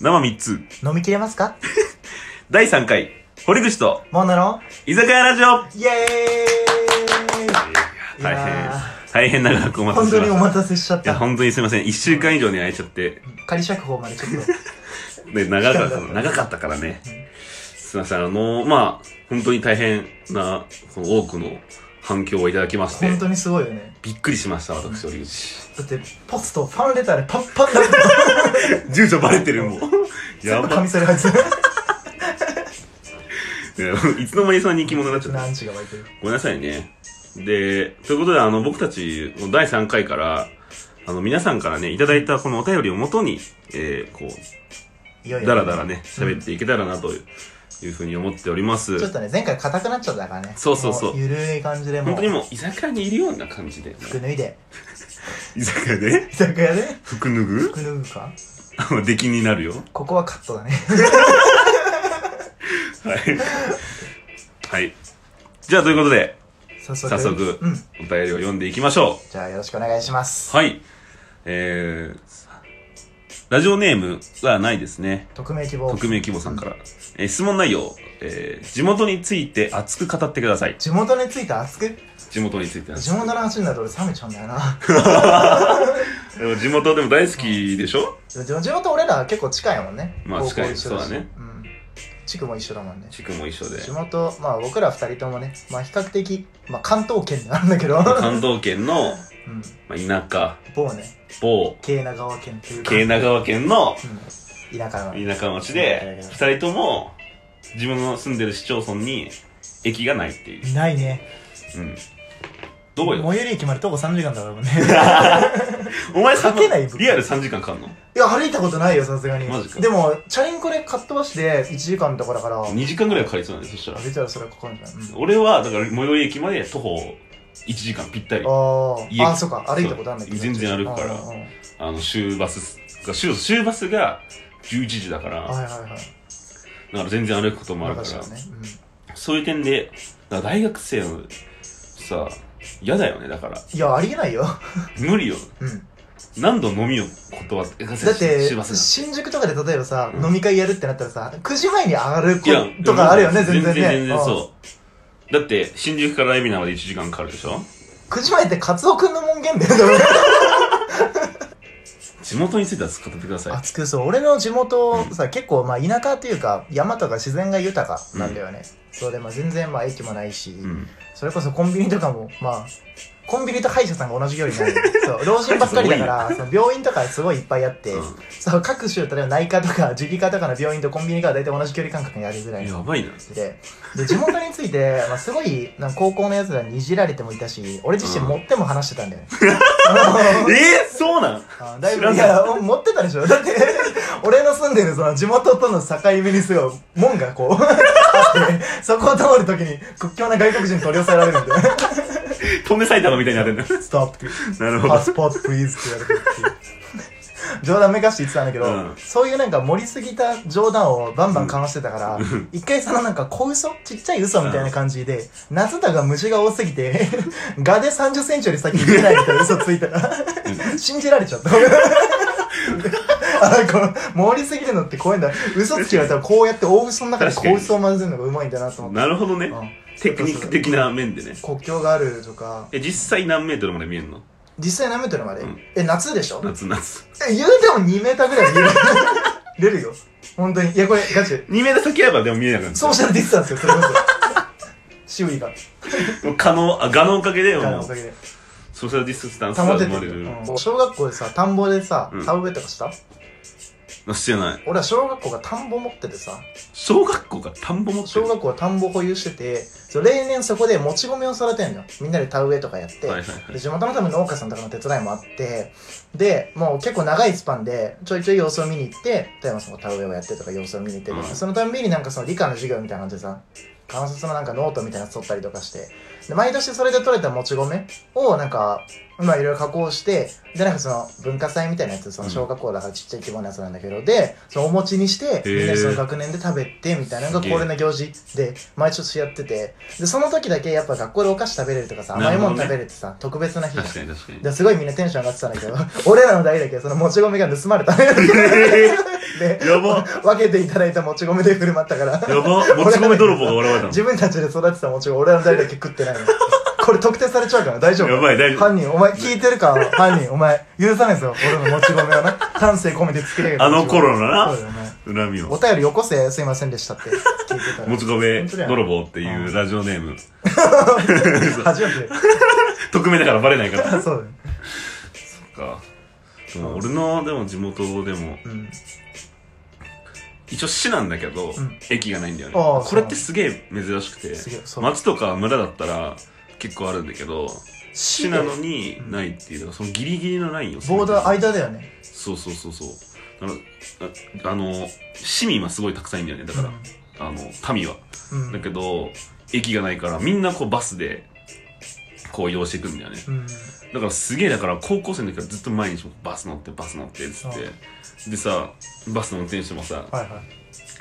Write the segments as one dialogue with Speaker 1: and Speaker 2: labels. Speaker 1: 生3つ。
Speaker 2: 飲み切れますか
Speaker 1: 第3回、堀口と
Speaker 2: モノの
Speaker 1: 居酒屋ラジオ
Speaker 2: イエーイ
Speaker 1: 大
Speaker 2: い
Speaker 1: 変
Speaker 2: やー、
Speaker 1: 大変長くお待た
Speaker 2: 本
Speaker 1: せし
Speaker 2: 当
Speaker 1: ま
Speaker 2: にお
Speaker 1: し。
Speaker 2: 待たせしちゃった
Speaker 1: いや、
Speaker 2: た。
Speaker 1: 本当にすいません。1週間以上に会えちゃって、
Speaker 2: 仮釈放までちょっ
Speaker 1: ね、長かった、長かったからね。すいません、あのまあ、本当に大変な、この多くの反 響をいただきまし
Speaker 2: と、
Speaker 1: て
Speaker 2: 本、当にすごいよね。
Speaker 1: びっくりしました、私、堀 口。
Speaker 2: だって、ポスト、ファンレターでパッパンだった。
Speaker 1: 住所バレてる、もう。
Speaker 2: 全
Speaker 1: や
Speaker 2: 部
Speaker 1: ば
Speaker 2: 紙。それ入って
Speaker 1: ねいつの間にそんな人気者になっちゃ
Speaker 2: る。
Speaker 1: った。
Speaker 2: 何時が湧いてる。
Speaker 1: ごめんなさいね。で、ということで、あの、僕たちの第3回から、あの、皆さんからね、いただいたこのお便りをもとに、えー、こ、
Speaker 2: いよいうよ。
Speaker 1: だらだらね、喋っていけたらなという、いうふうに思っております。
Speaker 2: ちょっとね、前回硬くなっちゃったからね。
Speaker 1: そうそうそう
Speaker 2: もゆるい感じでも
Speaker 1: 本
Speaker 2: う
Speaker 1: 当に、もう、居酒屋にいるような感じで。
Speaker 2: 服脱いで、
Speaker 1: 居酒屋で
Speaker 2: 居酒屋で
Speaker 1: 服脱ぐ
Speaker 2: 服脱ぐか。
Speaker 1: あ 出禁になるよ。
Speaker 2: ここはカットだね。
Speaker 1: はい。はい。じゃあ、ということで、
Speaker 2: 早速。
Speaker 1: 早速
Speaker 2: う
Speaker 1: お
Speaker 2: ん。
Speaker 1: 便りを読んでいきましょ
Speaker 2: じゃあよろしくお願いします。
Speaker 1: う。はい。えー、ラジオネームはないですね。
Speaker 2: 匿名希望。
Speaker 1: 匿名希望さんから。えー質問内容、えー地元について熱く語ってください。
Speaker 2: 地元について熱く
Speaker 1: 地元について熱
Speaker 2: 地
Speaker 1: く。
Speaker 2: 元の話になると俺冷めちゃうんだよな。
Speaker 1: でも地元でも大好きでしょ
Speaker 2: でも地元俺ら結構近いもんね。
Speaker 1: まあ
Speaker 2: 高校
Speaker 1: 近い
Speaker 2: 一緒し
Speaker 1: そうだね。
Speaker 2: うん。地区も一緒だもんね。
Speaker 1: 地区も一緒で。
Speaker 2: 地元、まあ僕ら二人ともね、まあ比較的、まあ関東圏なんだけど、
Speaker 1: 関東圏の、
Speaker 2: うん。
Speaker 1: まあ、田舎、
Speaker 2: 某ね、
Speaker 1: 某、
Speaker 2: 慶長川県というか、
Speaker 1: 慶長川県の
Speaker 2: うん、田舎の。
Speaker 1: 田舎町で、二人とも、自分の住んでる市町村に、駅がないっていう。
Speaker 2: ないね。
Speaker 1: うん。どうよ。
Speaker 2: 最寄り駅まで徒歩3時間だか らもんね。
Speaker 1: お前さ
Speaker 2: かけない
Speaker 1: リアル3時間かかんの
Speaker 2: いや、歩いたことないよ、さすがに。
Speaker 1: マジか
Speaker 2: でも、チャリンコでかっ飛ばして1時間とかだから、歩
Speaker 1: ?2 時間ぐらいはかかりそうなんで、そしたら。
Speaker 2: いたらそれはかかるんじゃない、うん
Speaker 1: 俺は、だから、最寄り駅まで徒歩1時間ぴったり。
Speaker 2: あ
Speaker 1: 家
Speaker 2: ーあ、そうか、歩いたことあるんだけど。
Speaker 1: そう全然歩くから
Speaker 2: うんうんうん
Speaker 1: あの、週バスが、週、週バスが11時だから、
Speaker 2: はいはいはい。
Speaker 1: だから全然歩くこともあるから、
Speaker 2: 確かにね。
Speaker 1: そういう点で、だから大学生の、さ、嫌だよね、だから。
Speaker 2: うんいや、ありえないよ。
Speaker 1: 無理よ。
Speaker 2: うん。
Speaker 1: 何度飲みを断って、だ
Speaker 2: だって
Speaker 1: 週バス、が
Speaker 2: 新宿とかで例えばさ、
Speaker 1: うん
Speaker 2: 飲み会やるってなったらさ、9時前に上がる
Speaker 1: いや
Speaker 2: こ、とかあるよね、全然ね。
Speaker 1: 全然そう。だって、新宿から海老名まで1時間かかるでしょ
Speaker 2: うん。9時前ってカツオくんの門限だよ、
Speaker 1: 地元については使ってください。
Speaker 2: 熱くそう俺の地元さ、結構まあ田舎というか山とか自然が豊かなんだよね、そうでまあ全然まあ駅もないし、
Speaker 1: うん。
Speaker 2: それこそコンビニとかもまあコンビニと歯医者さんが同じ距離になる そう老人ばっかりだからその病院とかすごいいっぱいあって、
Speaker 1: うん
Speaker 2: そう各種例えば内科とか耳鼻科とかの病院とコンビニが大体同じ距離感覚にあるぐらいの
Speaker 1: やばいな。
Speaker 2: でで地元について、まあ、すごいなんか高校のやつらにいじられてもいたし俺自身持っても話してたんだよね、
Speaker 1: えー、そうなん
Speaker 2: あだい
Speaker 1: 知ら
Speaker 2: ぶ
Speaker 1: ん
Speaker 2: い
Speaker 1: か
Speaker 2: や持ってたでしょだって俺の住んでるその地元との境目にすごい門がこうあってそこを通るときに屈強な外国人に取り押さえられるんで
Speaker 1: 飛んで埼玉みたいになってんだ。
Speaker 2: ストップ
Speaker 1: なるほど
Speaker 2: パ。スポートプリーズって言われてるっていう冗談めかして言ってたんだけど、
Speaker 1: うん
Speaker 2: そういうなんか盛りすぎた冗談をバンバンかましてたから、一回そのなんか小嘘ちっちゃい嘘みたいな感じで、夏だが虫が多すぎて 蛾で3 0センチより先行けないみたいな嘘ついたら信じられちゃった あこの盛りすぎるのって怖いんだ嘘つきは多分こうやって大嘘の中で小嘘を混ぜるのがうまいんだなと思って
Speaker 1: なるほどね。
Speaker 2: うん
Speaker 1: テクニック的な面でね。
Speaker 2: 国境があるとか
Speaker 1: え、実際何メートルまで見えるの
Speaker 2: 実際何メートルまで、
Speaker 1: うん
Speaker 2: え夏でしょ
Speaker 1: 夏夏。
Speaker 2: え、言うても2メーターぐらい見える。 出るよ。本当に。いや、これ、ガチで。
Speaker 1: 2メートル先やばでも見えなくなる。
Speaker 2: ソーシャルディスタンスよ、それこそ。 周囲が。
Speaker 1: もう可能、あ、画のおかげで、も
Speaker 2: ガのお
Speaker 1: う
Speaker 2: か、げで。
Speaker 1: ソーシャルディスタンス
Speaker 2: 保
Speaker 1: が
Speaker 2: て
Speaker 1: 生
Speaker 2: て
Speaker 1: まれ
Speaker 2: る
Speaker 1: る。。
Speaker 2: うん小学校でさ、田んぼでさ
Speaker 1: う、ん
Speaker 2: 田植えとかした
Speaker 1: あしてない。
Speaker 2: 俺は小学校が田んぼ持っててさ、
Speaker 1: 小学校が田んぼ持って
Speaker 2: 小
Speaker 1: る。
Speaker 2: 学校は田んぼ保有してて、そう例年そこでもち米を育てんのよ。みんなで田植えとかやって。
Speaker 1: はいはいはい
Speaker 2: で地元のための農家さんとかの手伝いもあってでもう結構長いスパンでちょいちょい様子を見に行って田山さんも田植えをやってとか様子を見に行って、
Speaker 1: うん
Speaker 2: そのたんびになんかその理科の授業みたいな感じでさ観察のなんかノートみたいなやつ取ったりとかしてで毎年それで取れたもち米をなんかまあいろいろ加工してでなんかその文化祭みたいなやつその小学校だからちっちゃい規模のやつなんだけどでそのお餅にして
Speaker 1: ー
Speaker 2: みんなでその学年で食べてみたいなのが恒例の行事で毎年やっててでその時だけやっぱ学校でお菓子食べれるとかさ甘いもの食べれてさ、特別な日
Speaker 1: 確かに確かに。
Speaker 2: ですごいみんなテンション上がってたんだけど俺らの代だけそのもち米が盗まれた
Speaker 1: え
Speaker 2: で、
Speaker 1: やば
Speaker 2: 分けていただいたもち米で振る舞ったから、
Speaker 1: やばもち米泥棒が笑われた
Speaker 2: 自分たちで育てたもち米、俺らの代だけ食ってないの。これ特定されちゃうから大丈夫
Speaker 1: やばい大丈夫
Speaker 2: 犯人、お前聞いてるか犯人、お前許さないぞ。俺のもち米をな。丹精込めて作り上げた
Speaker 1: あ
Speaker 2: もち米。
Speaker 1: の頃のな
Speaker 2: そうだよね。
Speaker 1: の。恨み
Speaker 2: お
Speaker 1: を。
Speaker 2: 便りよこせ、すいませんでしたって聞いてたら。
Speaker 1: もち米
Speaker 2: 本当だよ
Speaker 1: 泥棒っていうラジオネーム。
Speaker 2: 初めて。
Speaker 1: 匿名だからバレないから。そっ
Speaker 2: そうだよね。
Speaker 1: か。でも俺の、でも地元でも、
Speaker 2: うん。
Speaker 1: 一応市なんだけど、
Speaker 2: ん
Speaker 1: 駅がないんだよね。
Speaker 2: あーそう
Speaker 1: これってすげえ珍しくて
Speaker 2: すげえ、そう
Speaker 1: 町とか村だったら結構あるんだけど、市なのに
Speaker 2: うん
Speaker 1: ないっていうのは、そのギリギリのラインを。
Speaker 2: ボーダー間だよね。
Speaker 1: そうそうそうそう。あの、ああの市民はすごいたくさんいるんだよね。だから、あの、民は。
Speaker 2: うん。
Speaker 1: だけど、駅がないから、みんなこうバスで、こう移動していくんだよね。
Speaker 2: うん。
Speaker 1: だからすげえ、だから高校生の時からずっと毎日もバス乗って、バス乗って、つって。でさ、バスの運転手もさ、
Speaker 2: はいは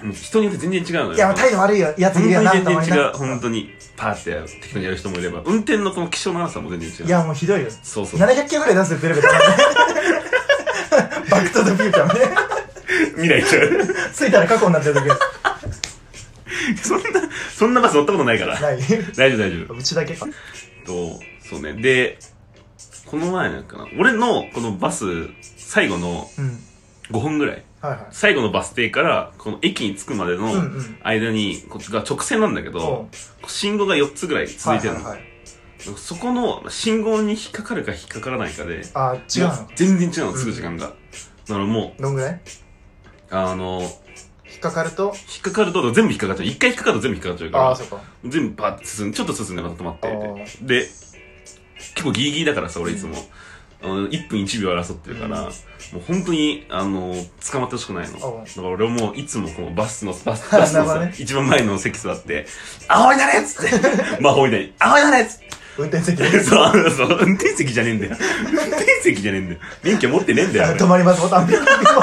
Speaker 1: もう人によって全然違うのよ。
Speaker 2: い。いや、態度悪いやついるよな、
Speaker 1: 本当に
Speaker 2: たま
Speaker 1: 全
Speaker 2: に
Speaker 1: 然違
Speaker 2: な
Speaker 1: う。本当に、パーって適当にやる人もいれば、運転のこの気性の荒さも全然違う。
Speaker 2: いや、もうひどいよ。
Speaker 1: そうそう。
Speaker 2: 700キロぐらい出すよ、出るべバックトゥザフューチャーもね。
Speaker 1: 未来ちゃう。
Speaker 2: 着いたら過去になってる時は
Speaker 1: そんな、そんなバス乗ったことないから。
Speaker 2: ない。
Speaker 1: 大丈夫大丈夫。
Speaker 2: うちだけ。
Speaker 1: と、そうね。で、この前なんかな。俺のこのバス、最後の
Speaker 2: うん。
Speaker 1: 5分ぐらい。
Speaker 2: はいは
Speaker 1: 最後のバス停から、この駅に着くまでの
Speaker 2: い。うんうん。
Speaker 1: 間に、こっちが直線なんだけど、信号が4つぐらい続いてるの。
Speaker 2: はいはいはい
Speaker 1: そこの信号に引っかかるか引っかからないかで、
Speaker 2: あ、違うの
Speaker 1: 全然違うの、すぐ時間が。だからも、
Speaker 2: どんぐらいう
Speaker 1: あの、
Speaker 2: 引っかかると、
Speaker 1: 引っかかると全部引っかかっちゃう。一回引っかかると全部引っかかっちゃうか
Speaker 2: ああ、
Speaker 1: ら、
Speaker 2: そうか。
Speaker 1: 全部パーって進んで、ちょっと進んでまた止まってて。で、結構ギリギリだからさ、俺いつも。あの1分1秒争ってるから、
Speaker 2: うん
Speaker 1: もう本当に、あの、捕まってほしくないの。だ
Speaker 2: おう
Speaker 1: から俺もういつもこのバスの、バス、
Speaker 2: あ
Speaker 1: バスの
Speaker 2: な
Speaker 1: さ、
Speaker 2: るほどね
Speaker 1: 一番前の席座って、青いなれっつ って、魔法になり、青いなれっつって、
Speaker 2: 運転席
Speaker 1: そう、そう、運転席じゃねえんだよ。運転席じゃねえんだよ。免許持ってねえんだよ。
Speaker 2: 止まります、ボタン。ピッピッピッピッ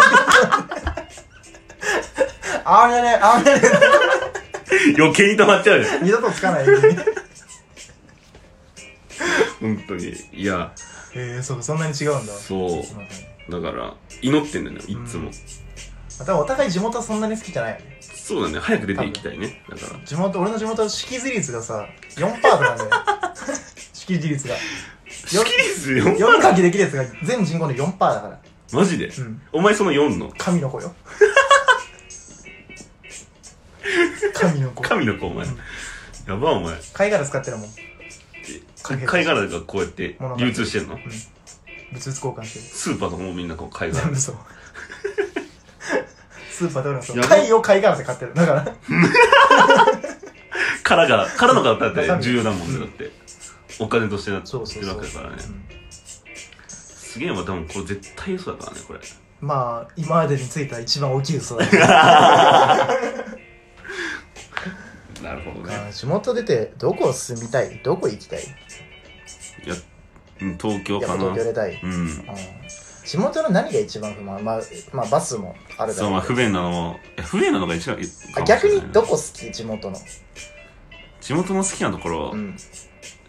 Speaker 2: あれね、あれね、
Speaker 1: 俺余計に止まっちゃうよ。
Speaker 2: 二度とつかないように。
Speaker 1: 本当に。いや、
Speaker 2: えー、そうか、そんなに違うんだ。す
Speaker 1: そ
Speaker 2: いません。
Speaker 1: う。だから、祈ってんだよね、いつも。
Speaker 2: うんまあ多分お互い地元はそんなに好きじゃないよね。
Speaker 1: そうだね、早く出ていきたいね。だから。
Speaker 2: 地元、俺の地元は識字率がさ、4パートなんだ よ。識字率が。
Speaker 1: 好きですよ。
Speaker 2: 読み書きできるやつが全人口の4%だから。
Speaker 1: マジで
Speaker 2: うん。
Speaker 1: お前その4の
Speaker 2: 神の子 よ。神の子。
Speaker 1: 神の子お前。
Speaker 2: うん
Speaker 1: やばお前。
Speaker 2: 貝殻使ってるもん。
Speaker 1: か貝殻がこうやって流通してんの
Speaker 2: 物々交換して
Speaker 1: スーパーのもうみんなこう貝
Speaker 2: る。全
Speaker 1: 殻。
Speaker 2: 部 そう。スーパーどれもそう。
Speaker 1: やば
Speaker 2: 貝を貝殻で買ってる。だから、
Speaker 1: 殻 が、殻の方だ
Speaker 2: 中
Speaker 1: って
Speaker 2: 身
Speaker 1: 重要だもんね、だって。お金としてなってる
Speaker 2: そう
Speaker 1: わ
Speaker 2: そうそう。
Speaker 1: けだからね
Speaker 2: う。ん
Speaker 1: すげえわ、多分これ絶対嘘だからね、これ。
Speaker 2: まあ、今までについた一番大きい嘘だね。
Speaker 1: なるほど
Speaker 2: ま
Speaker 1: ね。
Speaker 2: あ地元出て、どこ住みたいどこ行きたい
Speaker 1: いや、うん東京
Speaker 2: やっぱ
Speaker 1: かな
Speaker 2: 東。京出たい。
Speaker 1: うん。
Speaker 2: うん地元の何が一番不満まあ、まあ、バスもあるだ
Speaker 1: そ
Speaker 2: ろ
Speaker 1: う、
Speaker 2: う
Speaker 1: まあ不便なのも、いや不便なのが一番かもしれな
Speaker 2: あ
Speaker 1: い。
Speaker 2: 逆にどこ好き地元の。
Speaker 1: 地元の好きなところ
Speaker 2: う、ん。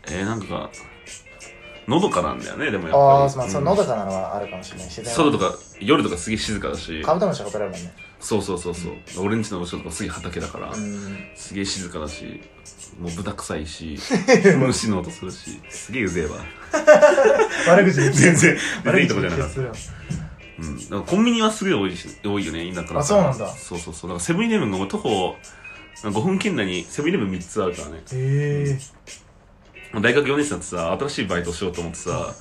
Speaker 1: えー、なんか、のどかなんだよね、でもやっ
Speaker 2: あ
Speaker 1: ぱ
Speaker 2: あ
Speaker 1: り。
Speaker 2: ー、まあ、そののどかなのはあるかもしれない。自然は
Speaker 1: 外とか、夜とかすげえ静かだし、
Speaker 2: カブトムシは語られるもんね。
Speaker 1: そうそうそうそう、俺んちの後ろとかすげえ畑だから、
Speaker 2: うん。
Speaker 1: すげえ静かだし、もう豚臭い し、虫の音するし、すげえうぜえわ。
Speaker 2: 悪口で
Speaker 1: 全然、全
Speaker 2: 悪
Speaker 1: 然いい
Speaker 2: 口
Speaker 1: とこじ
Speaker 2: で
Speaker 1: ゃなかっ
Speaker 2: するよ。
Speaker 1: た。うん。だからコンビニはすげえ多いし、多いよね、田舎だから
Speaker 2: あそうなんだ
Speaker 1: そうそうそう。だからセブンイレブンがもう徒歩、5分圏内にセブンイレブン3つあるからね。
Speaker 2: え
Speaker 1: もう大学4年生だってさ、新しいバイトしようと思ってさ、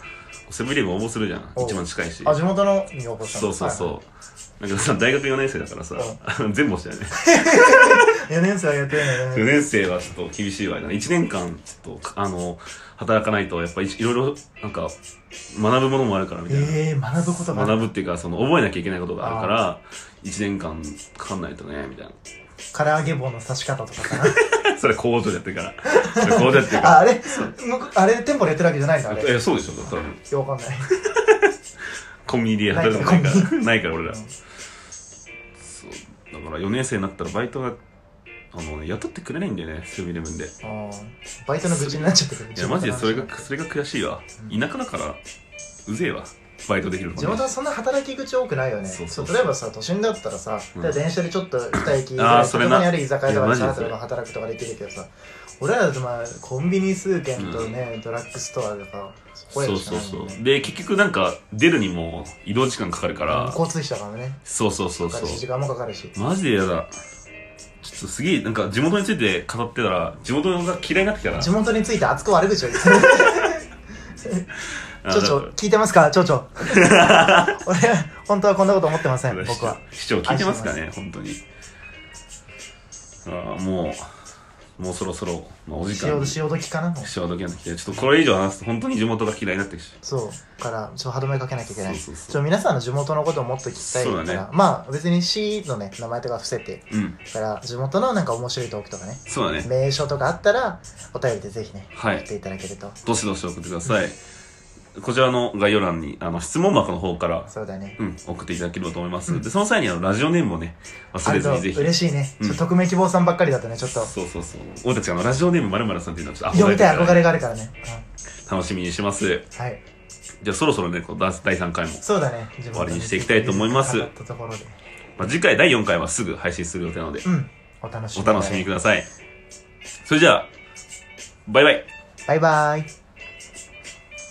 Speaker 1: セブンイレブン応募するじゃん。
Speaker 2: おう
Speaker 1: 一番近いし
Speaker 2: え。。あ、地元のに応募した
Speaker 1: そうそうそう。なんかさ、大学4年生だからさ、全部押したよね。
Speaker 2: う。4年生はやってるんだ
Speaker 1: 4
Speaker 2: ね。
Speaker 1: 年生はちょっと厳しいわな。1年間、ちょっと、あの、働かないと、やっぱいいろいろ、なんか、学ぶものもあるからみたいな。
Speaker 2: ええ、学ぶことがある。
Speaker 1: 学ぶっていうか、その、覚えなきゃいけないことがあるから、1年間かかんないとね、 みたい
Speaker 2: 唐揚げ棒の刺し方とか かな。
Speaker 1: な。それ工場でやってるから。それ工場でやってる
Speaker 2: あ、
Speaker 1: か
Speaker 2: あれ向こうあれ、店舗でやってるわけじゃないんだ、あ
Speaker 1: ら。
Speaker 2: れ。
Speaker 1: え、そうでしょ、多分。
Speaker 2: よくわかんない。
Speaker 1: コンビニで働くのないか。
Speaker 2: ないから
Speaker 1: ないから、俺ら。
Speaker 2: うん
Speaker 1: そう。だから、4年生になったらバイトが、あのね、雇ってくれないんだよね、セブンイレブンで。
Speaker 2: あーバイトの愚痴になっちゃってくる。
Speaker 1: いや、マジでそれが、
Speaker 2: 地
Speaker 1: それが悔しいわ
Speaker 2: うん。
Speaker 1: 田舎だから、うぜえわ。バイトできるの
Speaker 2: 地
Speaker 1: ね
Speaker 2: 元はそんな働き口多くないよね
Speaker 1: そうそうそう
Speaker 2: 例えばさ都心だったらさ、
Speaker 1: うん
Speaker 2: 例えば電車でちょっと2駅ぐ
Speaker 1: あ
Speaker 2: ら
Speaker 1: ー
Speaker 2: い
Speaker 1: そ
Speaker 2: そ
Speaker 1: れ
Speaker 2: こ
Speaker 1: な
Speaker 2: にある居酒屋と
Speaker 1: いや
Speaker 2: か
Speaker 1: マ
Speaker 2: で
Speaker 1: ジで
Speaker 2: さそれが働くとかできるけどさ俺らだとまあコンビニ数軒とね、ドラッグストアとかそこ
Speaker 1: そ
Speaker 2: や
Speaker 1: う
Speaker 2: しか
Speaker 1: そう
Speaker 2: ないも
Speaker 1: そ
Speaker 2: んね
Speaker 1: うで結局なんか出るにも移動時間かかるから
Speaker 2: 交通費とかもね
Speaker 1: そうそうそう
Speaker 2: かか
Speaker 1: そ
Speaker 2: るし時
Speaker 1: う
Speaker 2: 間もかかるし
Speaker 1: マジで嫌だちょっとすげえなんか地元について語ってたら地元が嫌いになってきたな
Speaker 2: 地元について熱く悪口を言って
Speaker 1: あ
Speaker 2: 町
Speaker 1: だ
Speaker 2: 長聞いてますか 町長俺本当はこんなこと思ってません
Speaker 1: から
Speaker 2: 僕は
Speaker 1: 市長聞いてますかね本当にああもうもうそろそろ、まあ、お時間
Speaker 2: 潮潮時かなもう
Speaker 1: 潮時が来てちょっとこれ以上話すと本当に地元が嫌いになってきちゃ
Speaker 2: そうからちょっと歯止めかけなきゃいけない
Speaker 1: そうそうそう
Speaker 2: ちょ皆さんの地元のことをもっと聞きたい
Speaker 1: そうだ
Speaker 2: か
Speaker 1: ね
Speaker 2: ら、まあ別に市のね名前とか伏せて
Speaker 1: ううん
Speaker 2: から地元のなんか面白いトークとかね
Speaker 1: そうだね
Speaker 2: 名所とかあったらお便りでぜひね
Speaker 1: はい
Speaker 2: 送っていただけると
Speaker 1: どしどし送ってください。こちらの概要欄に、あの、質問箱の方から、
Speaker 2: そうだね
Speaker 1: うん、送っていただければと思います。
Speaker 2: うん
Speaker 1: で、その際に、あの、ラジオネームをね、忘
Speaker 2: あ
Speaker 1: れ
Speaker 2: る
Speaker 1: ず
Speaker 2: と
Speaker 1: にぜひ。
Speaker 2: 嬉しいね
Speaker 1: うん
Speaker 2: ちょっと匿名希望さんばっかりだとねちょっと
Speaker 1: そうそうそう。俺たちがあの、ラジオネーム〇〇さんっていうのはちょっと憧
Speaker 2: 読
Speaker 1: れ
Speaker 2: みたい
Speaker 1: てるから
Speaker 2: 憧れがあるからね
Speaker 1: 楽しみにします。
Speaker 2: うんはい
Speaker 1: じゃあ、そろそろね、こうだ第3回も。
Speaker 2: そうだね終
Speaker 1: わりにしていきたいと思います
Speaker 2: ったところで
Speaker 1: まあ、次回第4回はすぐ配信する予定なので、
Speaker 2: うんお楽しみ
Speaker 1: お楽しみください。それじゃあ、バイバイ。
Speaker 2: バイバイ